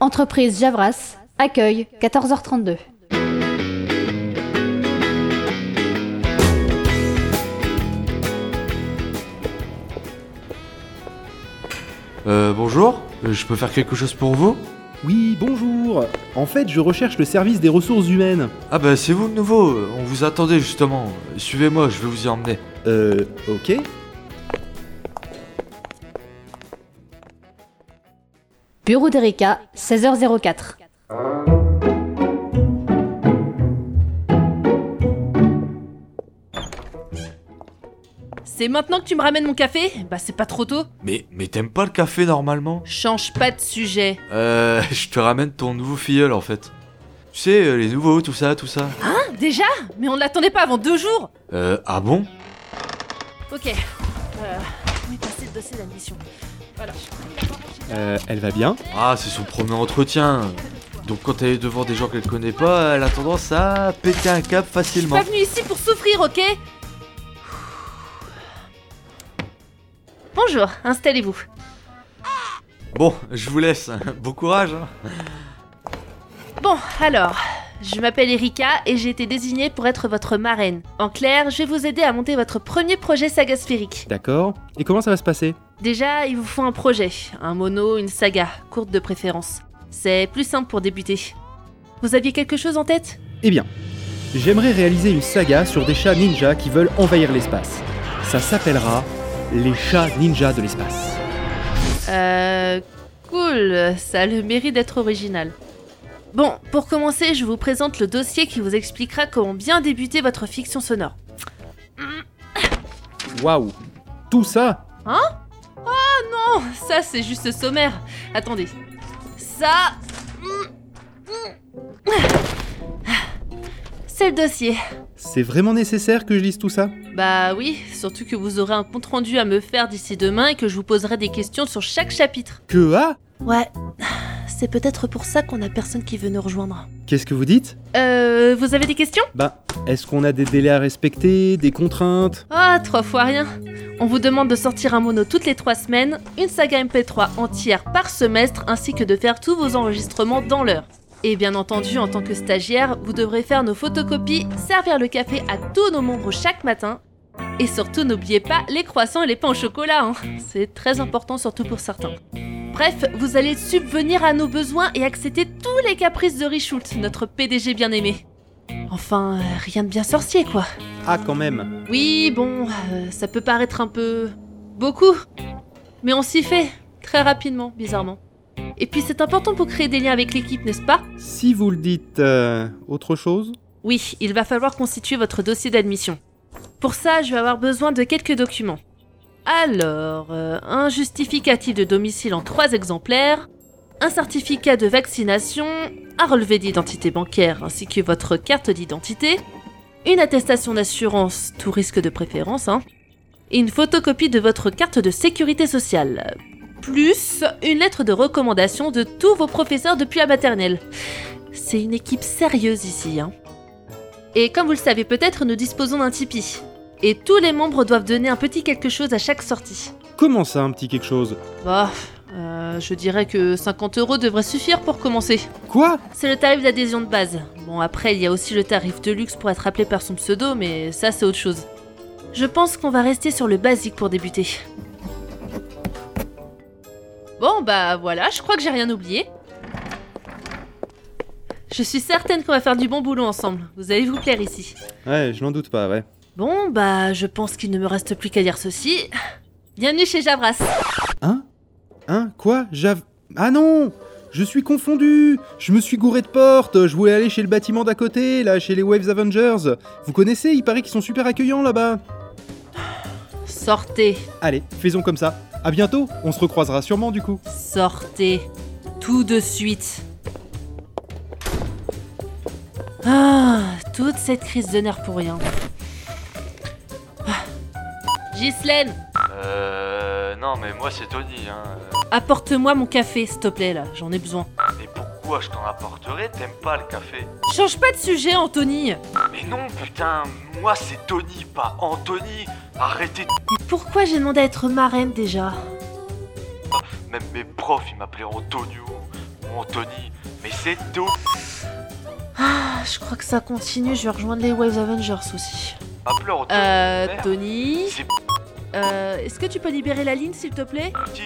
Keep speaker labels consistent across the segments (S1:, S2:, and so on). S1: Entreprise Javras, accueil 14h32.
S2: Euh, bonjour, euh, je peux faire quelque chose pour vous
S3: Oui, bonjour. En fait, je recherche le service des ressources humaines.
S2: Ah bah c'est vous de nouveau, euh, on vous attendait justement. Suivez-moi, je vais vous y emmener.
S3: Euh, ok.
S1: Bureau d'Erika, 16h04.
S4: C'est maintenant que tu me ramènes mon café Bah c'est pas trop tôt.
S2: Mais, mais t'aimes pas le café normalement
S4: Change pas de sujet.
S2: Euh, je te ramène ton nouveau filleul en fait. Tu sais, euh, les nouveaux, tout ça, tout ça.
S4: Hein Déjà Mais on ne l'attendait pas avant deux jours
S2: Euh, ah bon
S4: Ok. Euh, où est passé le dossier d'admission Voilà.
S3: Euh, elle va bien
S2: Ah, c'est son premier entretien. Donc quand elle est devant des gens qu'elle connaît pas, elle a tendance à péter un câble
S4: Je suis
S2: facilement.
S4: pas venue ici pour souffrir, ok Bonjour, installez-vous.
S2: Bon, je vous laisse. bon courage. hein.
S4: Bon, alors, je m'appelle Erika et j'ai été désignée pour être votre marraine. En clair, je vais vous aider à monter votre premier projet saga sphérique.
S3: D'accord. Et comment ça va se passer
S4: Déjà, il vous faut un projet, un mono, une saga, courte de préférence. C'est plus simple pour débuter. Vous aviez quelque chose en tête
S3: Eh bien, j'aimerais réaliser une saga sur des chats ninjas qui veulent envahir l'espace. Ça s'appellera Les chats ninjas de l'espace.
S4: Euh. Cool, ça a le mérite d'être original. Bon, pour commencer, je vous présente le dossier qui vous expliquera comment bien débuter votre fiction sonore.
S3: Waouh Tout ça
S4: Oh, ça c'est juste sommaire. Attendez. Ça. mm, C'est le dossier.
S3: C'est vraiment nécessaire que je lise tout ça
S4: Bah oui, surtout que vous aurez un compte rendu à me faire d'ici demain et que je vous poserai des questions sur chaque chapitre.
S3: Que ah
S4: Ouais, c'est peut-être pour ça qu'on a personne qui veut nous rejoindre.
S3: Qu'est-ce que vous dites
S4: Euh, vous avez des questions
S3: Bah, est-ce qu'on a des délais à respecter, des contraintes
S4: Ah, trois fois rien. On vous demande de sortir un mono toutes les trois semaines, une saga MP3 entière par semestre, ainsi que de faire tous vos enregistrements dans l'heure. Et bien entendu, en tant que stagiaire, vous devrez faire nos photocopies, servir le café à tous nos membres chaque matin. Et surtout, n'oubliez pas les croissants et les pains au chocolat, hein. c'est très important surtout pour certains. Bref, vous allez subvenir à nos besoins et accepter tous les caprices de Richult, notre PDG bien-aimé. Enfin, euh, rien de bien sorcier quoi.
S3: Ah, quand même.
S4: Oui, bon, euh, ça peut paraître un peu. beaucoup. Mais on s'y fait, très rapidement, bizarrement. Et puis c'est important pour créer des liens avec l'équipe, n'est-ce pas
S3: Si vous le dites, euh, autre chose
S4: Oui, il va falloir constituer votre dossier d'admission. Pour ça, je vais avoir besoin de quelques documents. Alors, euh, un justificatif de domicile en trois exemplaires, un certificat de vaccination, un relevé d'identité bancaire ainsi que votre carte d'identité, une attestation d'assurance, tout risque de préférence, hein, et une photocopie de votre carte de sécurité sociale, plus une lettre de recommandation de tous vos professeurs depuis la maternelle. C'est une équipe sérieuse ici, hein. Et comme vous le savez peut-être, nous disposons d'un Tipeee. Et tous les membres doivent donner un petit quelque chose à chaque sortie.
S3: Comment ça, un petit quelque chose
S4: Bah, euh, je dirais que 50 euros devrait suffire pour commencer.
S3: Quoi
S4: C'est le tarif d'adhésion de base. Bon, après, il y a aussi le tarif de luxe pour être appelé par son pseudo, mais ça, c'est autre chose. Je pense qu'on va rester sur le basique pour débuter. Bon, bah voilà, je crois que j'ai rien oublié. Je suis certaine qu'on va faire du bon boulot ensemble. Vous allez vous plaire ici.
S3: Ouais, je n'en doute pas, ouais.
S4: Bon, bah, je pense qu'il ne me reste plus qu'à dire ceci. Bienvenue chez Javras.
S3: Hein Hein Quoi J'av... Ah non Je suis confondu Je me suis gouré de porte Je voulais aller chez le bâtiment d'à côté, là, chez les Waves Avengers Vous connaissez, il paraît qu'ils sont super accueillants là-bas
S4: Sortez,
S3: Allez, faisons comme ça. À bientôt On se recroisera sûrement du coup.
S4: sortez, tout de suite. Ah, toute cette crise de nerfs pour rien. Ah. Ghislaine,
S2: Euh, non mais moi c'est Tony. Hein.
S4: apporte-moi mon café, s'il te plaît, là, j'en ai besoin.
S2: Et pourquoi je t'en apporterai T'aimes pas le café
S4: Change pas de sujet, Anthony.
S2: Mais non, putain, moi c'est Tony, pas Anthony. Arrêtez.
S4: Mais pourquoi j'ai demandé à être marraine déjà
S2: Même mes profs, ils m'appelaient Antonio ou Oh, Tony, mais c'est tout
S4: Ah, je crois que ça continue, je vais rejoindre les Waves Avengers aussi.
S2: Appeleur au
S4: Euh,
S2: Merde.
S4: Tony
S2: C'est
S4: Euh, est-ce que tu peux libérer la ligne, s'il te plaît
S2: petit.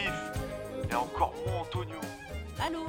S2: Et encore moins Antonio. Ah,
S4: Allô